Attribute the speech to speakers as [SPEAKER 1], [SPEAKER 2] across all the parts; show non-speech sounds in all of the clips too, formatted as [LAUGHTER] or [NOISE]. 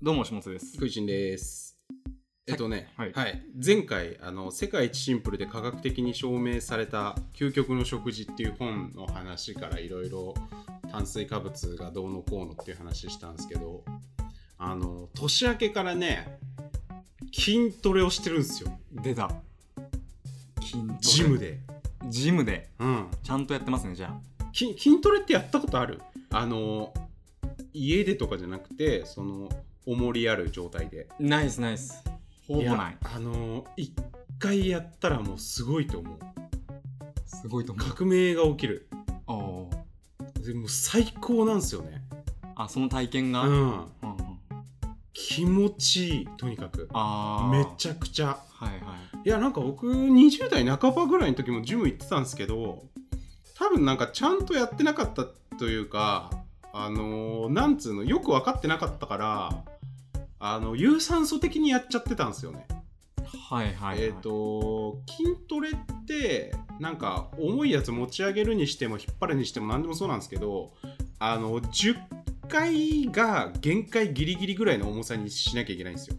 [SPEAKER 1] どうも、しもつです。
[SPEAKER 2] クイチンです。えっとね、
[SPEAKER 1] は
[SPEAKER 2] はいい、前回あの「世界一シンプルで科学的に証明された究極の食事」っていう本の話からいろいろ炭水化物がどうのこうのっていう話したんですけどあの年明けからね筋トレをしてるんですよ
[SPEAKER 1] 出た。筋トレ
[SPEAKER 2] ジム。で、
[SPEAKER 1] ジムで。
[SPEAKER 2] うん、
[SPEAKER 1] ちゃんとやってますね、じゃあ。
[SPEAKER 2] 筋筋トレってやったことあるあの家でとかじゃなくてその重りある状態で
[SPEAKER 1] ナイスナイス。ほぼ
[SPEAKER 2] いや
[SPEAKER 1] ない。
[SPEAKER 2] あの一回やったらもうすごいと思う
[SPEAKER 1] すごいと思う。
[SPEAKER 2] 革命が起きる
[SPEAKER 1] おー
[SPEAKER 2] でもう最高なんですよね
[SPEAKER 1] あ、その体験が、
[SPEAKER 2] う
[SPEAKER 1] うん
[SPEAKER 2] ん
[SPEAKER 1] うん
[SPEAKER 2] 気持ちいいとにかく
[SPEAKER 1] あー
[SPEAKER 2] めちゃくちゃ
[SPEAKER 1] はいはい
[SPEAKER 2] やなんか僕20代半ばぐらいの時もジム行ってたんですけど多分なんかちゃんとやってなかったというかあのーなんつうのよく分かってなかったからあの有酸素的にやっちゃってたんですよね
[SPEAKER 1] い。はいはいはい。
[SPEAKER 2] えっ、と筋トレってなんか重いやつ持ち上げるにしても引っ張るにしても何でもそうなんですけどあの10回が限界ギリギリぐらいの重さにしなきゃいけないんですよ。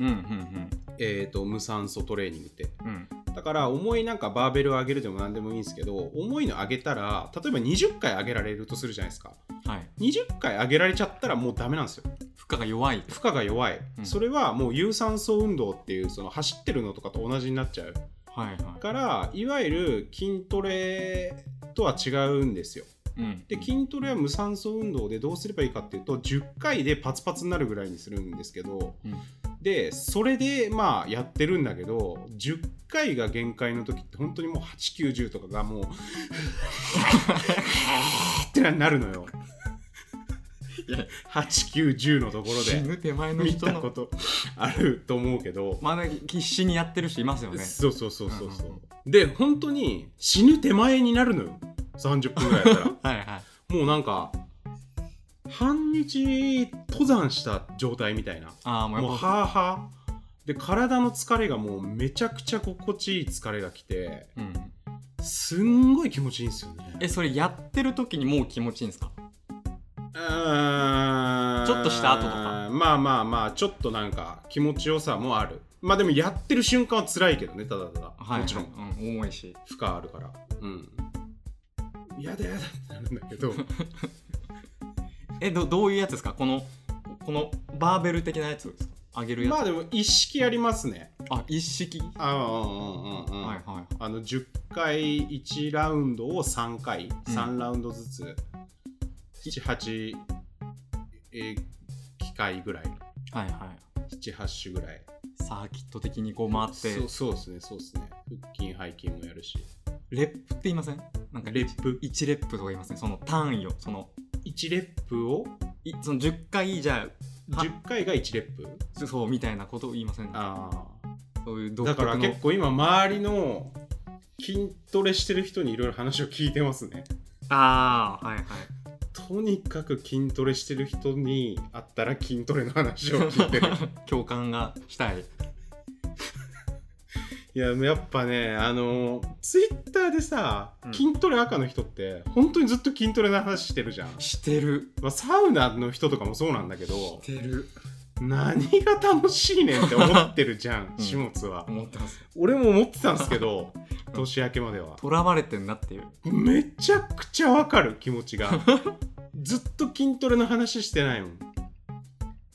[SPEAKER 1] うんうん
[SPEAKER 2] えっ、と無酸素トレーニングって。
[SPEAKER 1] うん。うん。
[SPEAKER 2] だから重いなんかバーベルを上げるでも何でもいいんですけど重いの上げたら例えば20回上げられるとするじゃないですか。
[SPEAKER 1] はい。
[SPEAKER 2] 20回上げられちゃったらもうダメなんですよ。
[SPEAKER 1] 負荷が弱い。
[SPEAKER 2] 負荷が弱い。
[SPEAKER 1] うん
[SPEAKER 2] それはもう有酸素運動っていうその走ってるのとかと同じになっちゃう。
[SPEAKER 1] はいはい。
[SPEAKER 2] からいわゆる筋トレとは違うんですよ
[SPEAKER 1] うん。
[SPEAKER 2] で筋トレは無酸素運動でどうすればいいかっていうと10回でパツパツになるぐらいにするんですけど、
[SPEAKER 1] うん
[SPEAKER 2] でそれでまあやってるんだけど10回が限界の時って本当にもう890とかがもうってなるのよ
[SPEAKER 1] いや
[SPEAKER 2] 890のところ
[SPEAKER 1] 死
[SPEAKER 2] で
[SPEAKER 1] ぬ手前の
[SPEAKER 2] 見
[SPEAKER 1] 人
[SPEAKER 2] たこ
[SPEAKER 1] の。
[SPEAKER 2] とあると思うけど
[SPEAKER 1] まだ必死にやってる人いますよね。
[SPEAKER 2] そうそうそうそうそう,、
[SPEAKER 1] うんうん
[SPEAKER 2] で本当に死ぬ手前になるのよ30分ぐらい
[SPEAKER 1] [LAUGHS]
[SPEAKER 2] だったら
[SPEAKER 1] はいはい。
[SPEAKER 2] もうなんか半日登山した状態みたいな
[SPEAKER 1] ああ、もう
[SPEAKER 2] もう
[SPEAKER 1] やっぱ。
[SPEAKER 2] はあはあで体の疲れがもうめちゃくちゃ心地いい疲れが来て
[SPEAKER 1] うん、
[SPEAKER 2] すんごい気持ちいいんですよね
[SPEAKER 1] え、それやってる時にもう気持ちいいんですか
[SPEAKER 2] うーん
[SPEAKER 1] ちょっとした後とか
[SPEAKER 2] まあまあまあちょっとなんか気持ちよさもあるまあでもやってる瞬間は辛いけどねただただ、
[SPEAKER 1] はいはい。
[SPEAKER 2] もちろん
[SPEAKER 1] うん、重いし。
[SPEAKER 2] 負荷あるからうんやだやだってなるんだ
[SPEAKER 1] [LAUGHS]
[SPEAKER 2] けど
[SPEAKER 1] えどどういうやつですかこのこのバーベル的なやつですか上げるやつ、
[SPEAKER 2] まあでも一式ありますね
[SPEAKER 1] あ一式、
[SPEAKER 2] あうんうんうんうん、
[SPEAKER 1] はいはい
[SPEAKER 2] あの10回1ラウンドを3回
[SPEAKER 1] うん
[SPEAKER 2] 3ラウンドずつ、78えー機械ぐらい
[SPEAKER 1] はいはい
[SPEAKER 2] 78種ぐらい
[SPEAKER 1] サーキット的にこう回って
[SPEAKER 2] そうそうですねそうですね腹筋背筋もやるし
[SPEAKER 1] レップって言いませんなんか
[SPEAKER 2] レップ
[SPEAKER 1] 1レップとか言いますねその単位をその
[SPEAKER 2] 1レップを
[SPEAKER 1] いその10回じゃは
[SPEAKER 2] 10回が1レップ
[SPEAKER 1] あそうみたいなことを言いません
[SPEAKER 2] ああ
[SPEAKER 1] そういう独
[SPEAKER 2] だ
[SPEAKER 1] 特
[SPEAKER 2] か
[SPEAKER 1] の
[SPEAKER 2] ら結構今周りの筋トレしてる人にいろいろ話を聞いてますね
[SPEAKER 1] ああはいはい
[SPEAKER 2] [LAUGHS] とにかく筋トレしてる人に会ったら筋トレの話を聞いて [LAUGHS] る
[SPEAKER 1] 共感がしたい
[SPEAKER 2] いややっぱねあのツイッターでさ
[SPEAKER 1] うん
[SPEAKER 2] 筋トレ赤の人って本当にずっと筋トレの話してるじゃん、
[SPEAKER 1] してる
[SPEAKER 2] まあ、サウナの人とかもそうなんだけど
[SPEAKER 1] してる
[SPEAKER 2] 何が楽しいねんって思ってるじゃん
[SPEAKER 1] うん
[SPEAKER 2] 始末は、
[SPEAKER 1] 思ってます
[SPEAKER 2] 俺も思ってたんですけど
[SPEAKER 1] ん
[SPEAKER 2] 年明けまでは
[SPEAKER 1] とらわれてんなっていう
[SPEAKER 2] めちゃくちゃわかる気持
[SPEAKER 1] [LAUGHS]
[SPEAKER 2] ちがずっと筋トレの話してないもんだか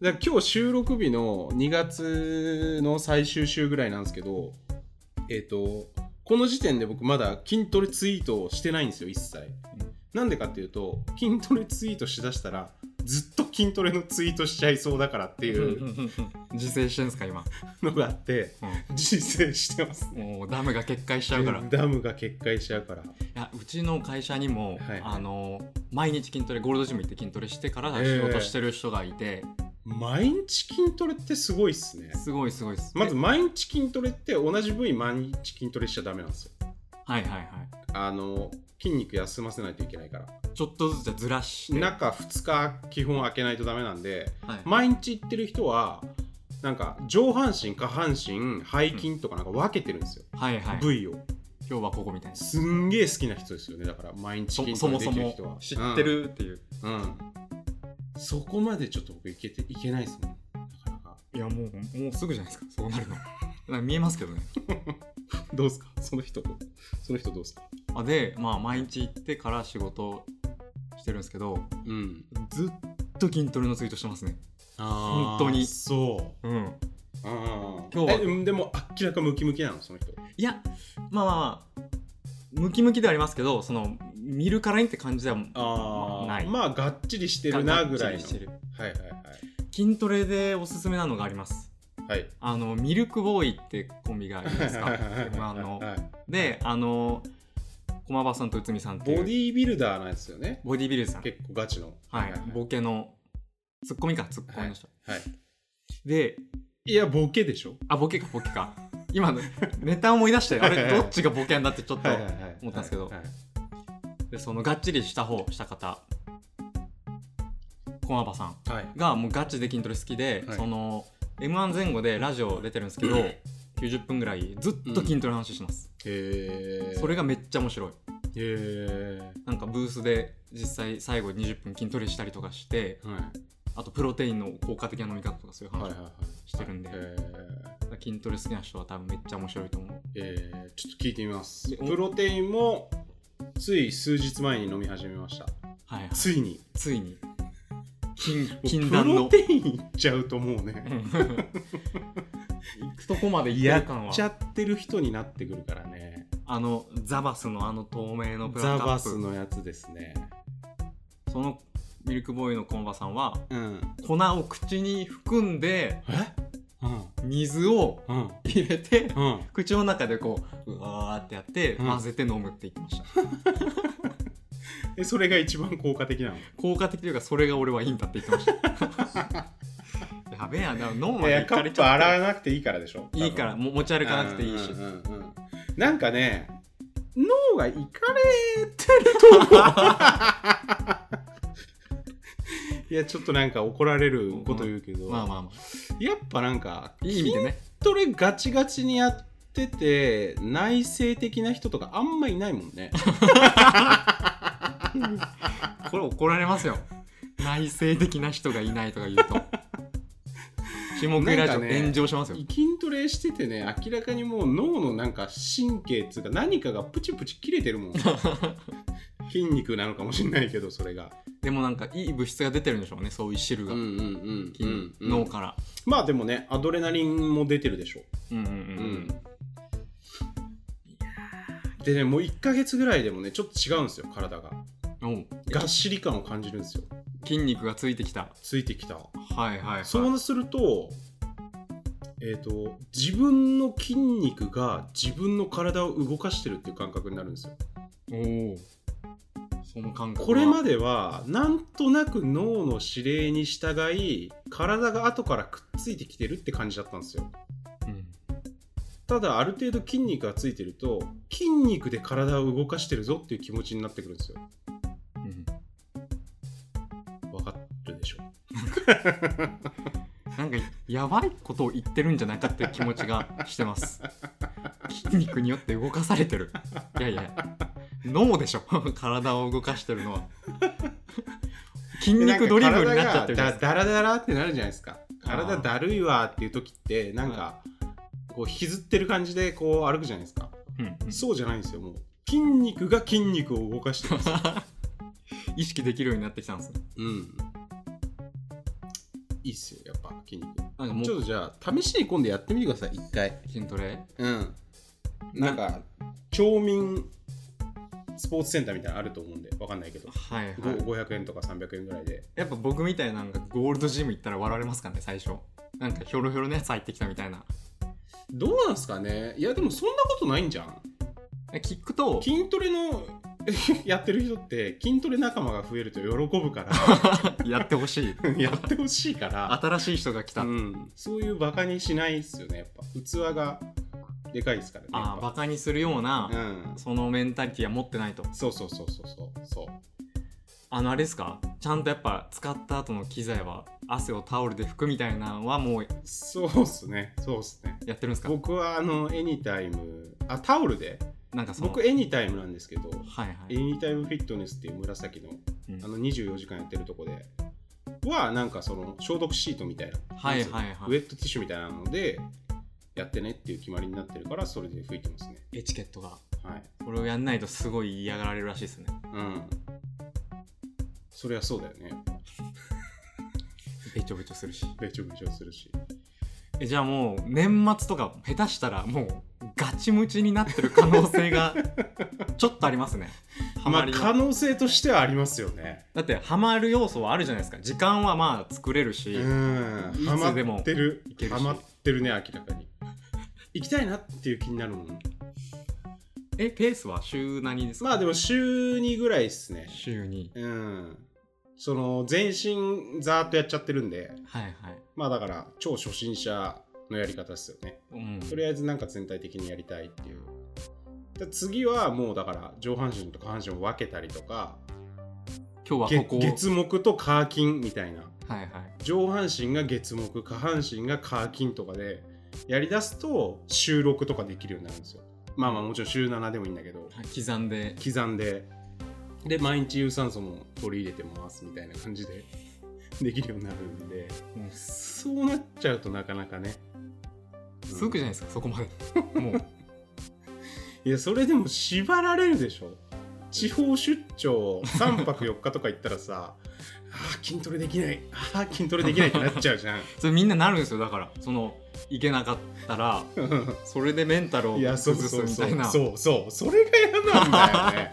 [SPEAKER 2] ら今日収録日の2月の最終週ぐらいなんですけどえっ、とこの時点で僕まだ筋トレツイートをしてないんですよ一切なんでかっていうと筋トレツイートしだしたらずっと筋トレのツイートしちゃいそうだからっていう
[SPEAKER 1] 自制してんすか今、
[SPEAKER 2] のがあって自制してます
[SPEAKER 1] うんもうダムが決壊しちゃうから
[SPEAKER 2] ダムが決壊しちゃうから
[SPEAKER 1] いやうちの会社にも、
[SPEAKER 2] はい
[SPEAKER 1] あの毎日筋トレゴールドジム行って筋トレしてから
[SPEAKER 2] ええ
[SPEAKER 1] 仕事してる人がいて、
[SPEAKER 2] 毎日筋トレってすごいっすね
[SPEAKER 1] すごいすごいです
[SPEAKER 2] まず毎日筋トレって同じ部位毎日筋トレしちゃダメなんですよ
[SPEAKER 1] はいはいはい
[SPEAKER 2] あの筋肉休ませないといけないから
[SPEAKER 1] ちょっとずつじゃずらして、
[SPEAKER 2] 中2日基本空けないとダメなんで
[SPEAKER 1] はい
[SPEAKER 2] 毎日行ってる人はなんか上半身下半身背筋とかなんか分けてるんですよ、
[SPEAKER 1] はいはい
[SPEAKER 2] 部位を
[SPEAKER 1] 今日はここみたいな
[SPEAKER 2] すんげえ好きな人ですよねだから毎日
[SPEAKER 1] そ
[SPEAKER 2] 筋
[SPEAKER 1] そも
[SPEAKER 2] トレで
[SPEAKER 1] そ
[SPEAKER 2] きる
[SPEAKER 1] も
[SPEAKER 2] 人は
[SPEAKER 1] 知ってるっていう、
[SPEAKER 2] うん、うんそこまでちょっと僕いけていけないですねなか
[SPEAKER 1] いやもうもうすぐじゃないですかそうなるのなんか見えますけどね
[SPEAKER 2] どうですかその人とその人どうですか
[SPEAKER 1] あでまあ毎日行ってから仕事してるんですけど
[SPEAKER 2] うん
[SPEAKER 1] ずっと筋トレのツイートしてますね本
[SPEAKER 2] あー
[SPEAKER 1] 当に
[SPEAKER 2] そ
[SPEAKER 1] うん
[SPEAKER 2] うあ
[SPEAKER 1] 今日は
[SPEAKER 2] 今日でも明らかムキムキなのその人
[SPEAKER 1] いやまあまあまあムキムキではありますけどその見るからにって感じでは
[SPEAKER 2] あー
[SPEAKER 1] ない
[SPEAKER 2] まあがっちりしてるなぐらいの
[SPEAKER 1] がっちりしてる
[SPEAKER 2] はいはい
[SPEAKER 1] 筋トレでおすすめなのがあります
[SPEAKER 2] はいはい
[SPEAKER 1] あのミルクボーイってコンビがいるんですかあの
[SPEAKER 2] [LAUGHS] はい
[SPEAKER 1] であの駒場さんと内海さんって
[SPEAKER 2] ボ
[SPEAKER 1] いう
[SPEAKER 2] ディービルダーのやつよね
[SPEAKER 1] ボディビルさん
[SPEAKER 2] 結構ガチの
[SPEAKER 1] はい
[SPEAKER 2] はい
[SPEAKER 1] ボケのツッコミかツッコミの人、
[SPEAKER 2] はい
[SPEAKER 1] で
[SPEAKER 2] いやボケでしょ
[SPEAKER 1] あボケかボケか今のネタ思い出してあれどっちがボケなんだってちょっと
[SPEAKER 2] はい
[SPEAKER 1] 思ったんですけど
[SPEAKER 2] はいはい
[SPEAKER 1] でそのがっちりした方した方駒場さん
[SPEAKER 2] はい
[SPEAKER 1] がもうガチで筋トレ好きで、
[SPEAKER 2] はい
[SPEAKER 1] その m 1前後でラジオ出てるんですけど
[SPEAKER 2] うん
[SPEAKER 1] 90分ぐらいずっと筋トレの話します、
[SPEAKER 2] へえ
[SPEAKER 1] それがめっちゃ面白い
[SPEAKER 2] へ
[SPEAKER 1] なんかブースで実際最後20分筋トレしたりとかして
[SPEAKER 2] えはい
[SPEAKER 1] あとプロテインの効果的な飲み方とかそういう
[SPEAKER 2] はいはい
[SPEAKER 1] 話、
[SPEAKER 2] はい
[SPEAKER 1] してるんで
[SPEAKER 2] へえ
[SPEAKER 1] 筋トレ好きな人は多分めっちゃ面白いと思う
[SPEAKER 2] えーちょっと聞いてみます
[SPEAKER 1] でお
[SPEAKER 2] プロテインもつい数日前に飲み始めました
[SPEAKER 1] はい、はい、
[SPEAKER 2] ついに
[SPEAKER 1] ついに禁
[SPEAKER 2] [LAUGHS]
[SPEAKER 1] 禁
[SPEAKER 2] プ
[SPEAKER 1] 断
[SPEAKER 2] ロ
[SPEAKER 1] の [LAUGHS]
[SPEAKER 2] テインいっちゃうともう
[SPEAKER 1] う
[SPEAKER 2] ね
[SPEAKER 1] ん行くとこまで行
[SPEAKER 2] や
[SPEAKER 1] ってる感
[SPEAKER 2] っ
[SPEAKER 1] は
[SPEAKER 2] ちゃってる人になってくるからね
[SPEAKER 1] あのザバスのあの透明のプラ
[SPEAKER 2] ザ
[SPEAKER 1] ンカップ
[SPEAKER 2] バスのやつですね
[SPEAKER 1] そのミルクボーイのコンバさんは
[SPEAKER 2] うん
[SPEAKER 1] 粉を口に含んで
[SPEAKER 2] えうん
[SPEAKER 1] 水を
[SPEAKER 2] うん
[SPEAKER 1] 入れて [LAUGHS]
[SPEAKER 2] うん
[SPEAKER 1] 口の中でこううわーってやって
[SPEAKER 2] うん
[SPEAKER 1] 混ぜて飲むって言ってました、
[SPEAKER 2] えそれが一番効果的なの
[SPEAKER 1] 効果的というかそれが俺はいいんだって言ってました
[SPEAKER 2] [LAUGHS]
[SPEAKER 1] やべえやな脳ま
[SPEAKER 2] い
[SPEAKER 1] で
[SPEAKER 2] や
[SPEAKER 1] 行
[SPEAKER 2] カ
[SPEAKER 1] かれ
[SPEAKER 2] ッ
[SPEAKER 1] ち
[SPEAKER 2] プ
[SPEAKER 1] ゃって
[SPEAKER 2] 洗わなくていいからでしょ
[SPEAKER 1] いいからも持ち歩かなくていいし、
[SPEAKER 2] うんうんうんうんなんかね脳がいかれてる
[SPEAKER 1] [LAUGHS]
[SPEAKER 2] と思ういやちょっとなんか怒られること言うけど、
[SPEAKER 1] まあまあま
[SPEAKER 2] やっぱなんか
[SPEAKER 1] あいい意味でね
[SPEAKER 2] 筋トレガチガチにやってて内省的な人とかあんまいないもん
[SPEAKER 1] [LAUGHS]
[SPEAKER 2] ね
[SPEAKER 1] これ怒られますよ内省的な人がいないとか言うと下食いラジ
[SPEAKER 2] な
[SPEAKER 1] オ
[SPEAKER 2] んかね
[SPEAKER 1] 炎上しますよ、
[SPEAKER 2] 筋トレしててね明らかにもう脳のなんか神経っつうか何かがプチプチ切れて
[SPEAKER 1] [LAUGHS]
[SPEAKER 2] るもん筋肉なのかもしれないけどそれが
[SPEAKER 1] でもなんかいい物質が出てるんでしょうねそういう汁が、
[SPEAKER 2] うんうん
[SPEAKER 1] 筋脳から
[SPEAKER 2] まあでもねアドレナリンも出てるでしょ
[SPEAKER 1] うんうんうん
[SPEAKER 2] う
[SPEAKER 1] うん
[SPEAKER 2] でねもう1ヶ月ぐらいでもねちょっと違うんですよ体が
[SPEAKER 1] おう
[SPEAKER 2] がっしり感を感じるんですよ
[SPEAKER 1] 筋肉がついてきた
[SPEAKER 2] ついてきた
[SPEAKER 1] はいはい、はい、
[SPEAKER 2] そうするとえっ、と自分の筋肉が自分の体を動かしてるっていう感覚になるんですよ
[SPEAKER 1] おおその感覚は
[SPEAKER 2] これまではなんとなく脳の指令に従い体が後からくっついてきてるって感じだったんですよ
[SPEAKER 1] うん
[SPEAKER 2] ただある程度筋肉がついてると筋肉で体を動かしてるぞっていう気持ちになってくるんですよ
[SPEAKER 1] うん
[SPEAKER 2] わかるでしょ
[SPEAKER 1] なんかやばいことを言ってるんじゃないかっていう気持ちがして
[SPEAKER 2] [LAUGHS]
[SPEAKER 1] ます筋肉によって動かされてるいやいや脳でしょ [LAUGHS] 体を動かしてるのは筋肉ドリブルになっちゃってるじゃないで
[SPEAKER 2] だ
[SPEAKER 1] すか
[SPEAKER 2] だらだらってなるじゃないですか体
[SPEAKER 1] あー
[SPEAKER 2] だるいわーっていう時ってなんかこう引きずってる感じでこう歩くじゃないですか
[SPEAKER 1] うんうん
[SPEAKER 2] そうじゃないんですよもう筋肉が筋肉を動かしてるんですよ
[SPEAKER 1] 意識でき [LAUGHS] るようになってきたんですね
[SPEAKER 2] うんいいっすよやっぱ筋肉
[SPEAKER 1] なんかもう
[SPEAKER 2] ちょっとじゃあ試しに今度やってみてください一回
[SPEAKER 1] 筋トレ
[SPEAKER 2] うんなんか町民スポーツセンターみたいなのあると思うんでわかんないけど、
[SPEAKER 1] はいはい
[SPEAKER 2] ご500円とか300円ぐらいで
[SPEAKER 1] やっぱ僕みたいななんかゴールドジム行ったら笑われますかね最初なんかひょろひょろのやつ入ってきたみたいな
[SPEAKER 2] どうなんすかねいやでもそんなことないんじゃん
[SPEAKER 1] 聞くと
[SPEAKER 2] 筋トレの [LAUGHS] やってる人って筋トレ仲間が増えると喜ぶから
[SPEAKER 1] やってほしい
[SPEAKER 2] ら [LAUGHS] やってほしいから、
[SPEAKER 1] [LAUGHS] 新しい人が来た、
[SPEAKER 2] うん、そういうバカにしないっすよねやっぱ器がでかいですからね
[SPEAKER 1] ああ
[SPEAKER 2] や
[SPEAKER 1] バ
[SPEAKER 2] っ
[SPEAKER 1] カにするような、
[SPEAKER 2] ぱうん
[SPEAKER 1] そのメンタリティは持ってないと
[SPEAKER 2] そうそうそうそうそうそう
[SPEAKER 1] あのあれですかちゃんとやっぱ使った後の機材は汗をタオルで拭くみたいなのはもう
[SPEAKER 2] そうっすねそうっすね
[SPEAKER 1] やってるんですか
[SPEAKER 2] 僕はあのエニタイムあタオルで
[SPEAKER 1] なんかその
[SPEAKER 2] 僕エニタイムなんですけど
[SPEAKER 1] はいは
[SPEAKER 2] エ
[SPEAKER 1] い、
[SPEAKER 2] ニタイムフィットネスっていう紫の
[SPEAKER 1] うん
[SPEAKER 2] あの24時間やってるとこではなんかその消毒シートみたいな、
[SPEAKER 1] はいはいはい
[SPEAKER 2] ウェットティッシュみたいなのでやってねっていう決まりになってるからそれで拭いてますね
[SPEAKER 1] エチケットが
[SPEAKER 2] はい
[SPEAKER 1] これをやんないとすごい嫌がられるらしいですね
[SPEAKER 2] うんそりゃそうだよね
[SPEAKER 1] べちょべちょするし
[SPEAKER 2] べちょべちょするし
[SPEAKER 1] えじゃあもう年末とか下手したらもうガチムチになってる可能性がちょっとあり [LAUGHS] ますねハマ
[SPEAKER 2] まあ
[SPEAKER 1] りの
[SPEAKER 2] 可能性としてはありますよね
[SPEAKER 1] だってハマる要素はあるじゃないですか時間はまあ作れるし、
[SPEAKER 2] うん
[SPEAKER 1] い
[SPEAKER 2] ハマ
[SPEAKER 1] つでも
[SPEAKER 2] ってる
[SPEAKER 1] いけるし
[SPEAKER 2] ハマってるね明らかに行きたいなっていう気になるもん
[SPEAKER 1] えペースは週何ですか
[SPEAKER 2] まあでも週2ぐらいですね
[SPEAKER 1] 週に
[SPEAKER 2] うんその全身ざーっとやっちゃってるんで
[SPEAKER 1] はいはい
[SPEAKER 2] まあだから超初心者のやり方ですよね
[SPEAKER 1] うん
[SPEAKER 2] とりあえずなんか全体的にやりたいっていうで次はもうだから上半身と下半身を分けたりとか
[SPEAKER 1] 今日は
[SPEAKER 2] げ
[SPEAKER 1] ここを
[SPEAKER 2] 月木とカーキンみたいな
[SPEAKER 1] はいはい
[SPEAKER 2] 上半身が月木下半身がカーキンとかでやりだすと収録とかできるようになるんですよまあまあもちろん週7でもいいんだけど
[SPEAKER 1] 刻んで
[SPEAKER 2] 刻んでで毎日有酸素も取り入れてますみたいな感じで [LAUGHS] できるようになるんで
[SPEAKER 1] もうす
[SPEAKER 2] そうなっちゃうとなかなかね
[SPEAKER 1] すぐじゃないですかそこまで [LAUGHS] もう
[SPEAKER 2] いやそれでも縛られるでしょ地方出張3泊4日とか行ったら [LAUGHS] さあー筋トレできないあー筋トレできないってなっちゃうじゃん
[SPEAKER 1] それみんななるんですよだからそのいけなかった
[SPEAKER 2] [LAUGHS]
[SPEAKER 1] らそれでメンタルを
[SPEAKER 2] [LAUGHS] いやそう
[SPEAKER 1] 崩す
[SPEAKER 2] そう
[SPEAKER 1] み
[SPEAKER 2] そ
[SPEAKER 1] たいな
[SPEAKER 2] うそうそうそれが嫌なんだ [LAUGHS] よね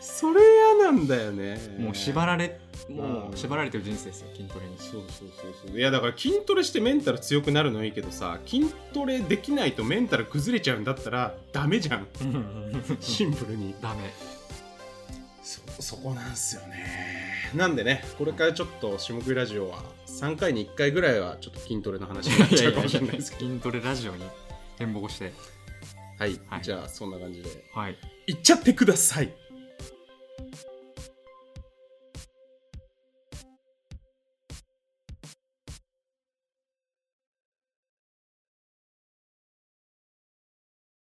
[SPEAKER 2] それ嫌なんだよね
[SPEAKER 1] もう縛られ
[SPEAKER 2] う
[SPEAKER 1] も
[SPEAKER 2] ん
[SPEAKER 1] う縛られてる人生ですよ筋トレに
[SPEAKER 2] そうそうそうそういやだから筋トレしてメンタル強くなるのいいけどさ筋トレできないとメンタル崩れちゃうんだったらダメじゃんシンプルに
[SPEAKER 1] [LAUGHS] ダメ
[SPEAKER 2] そそこなんすよねなんでねこれからちょっと下食いラジオは3回に1回ぐらいはちょっと筋トレの話になっ
[SPEAKER 1] [LAUGHS]
[SPEAKER 2] ちゃうかもしれないですけど
[SPEAKER 1] 筋トレラジオに変貌して
[SPEAKER 2] はい、
[SPEAKER 1] はい
[SPEAKER 2] じゃあそんな感じで
[SPEAKER 1] はい
[SPEAKER 2] いっちゃってください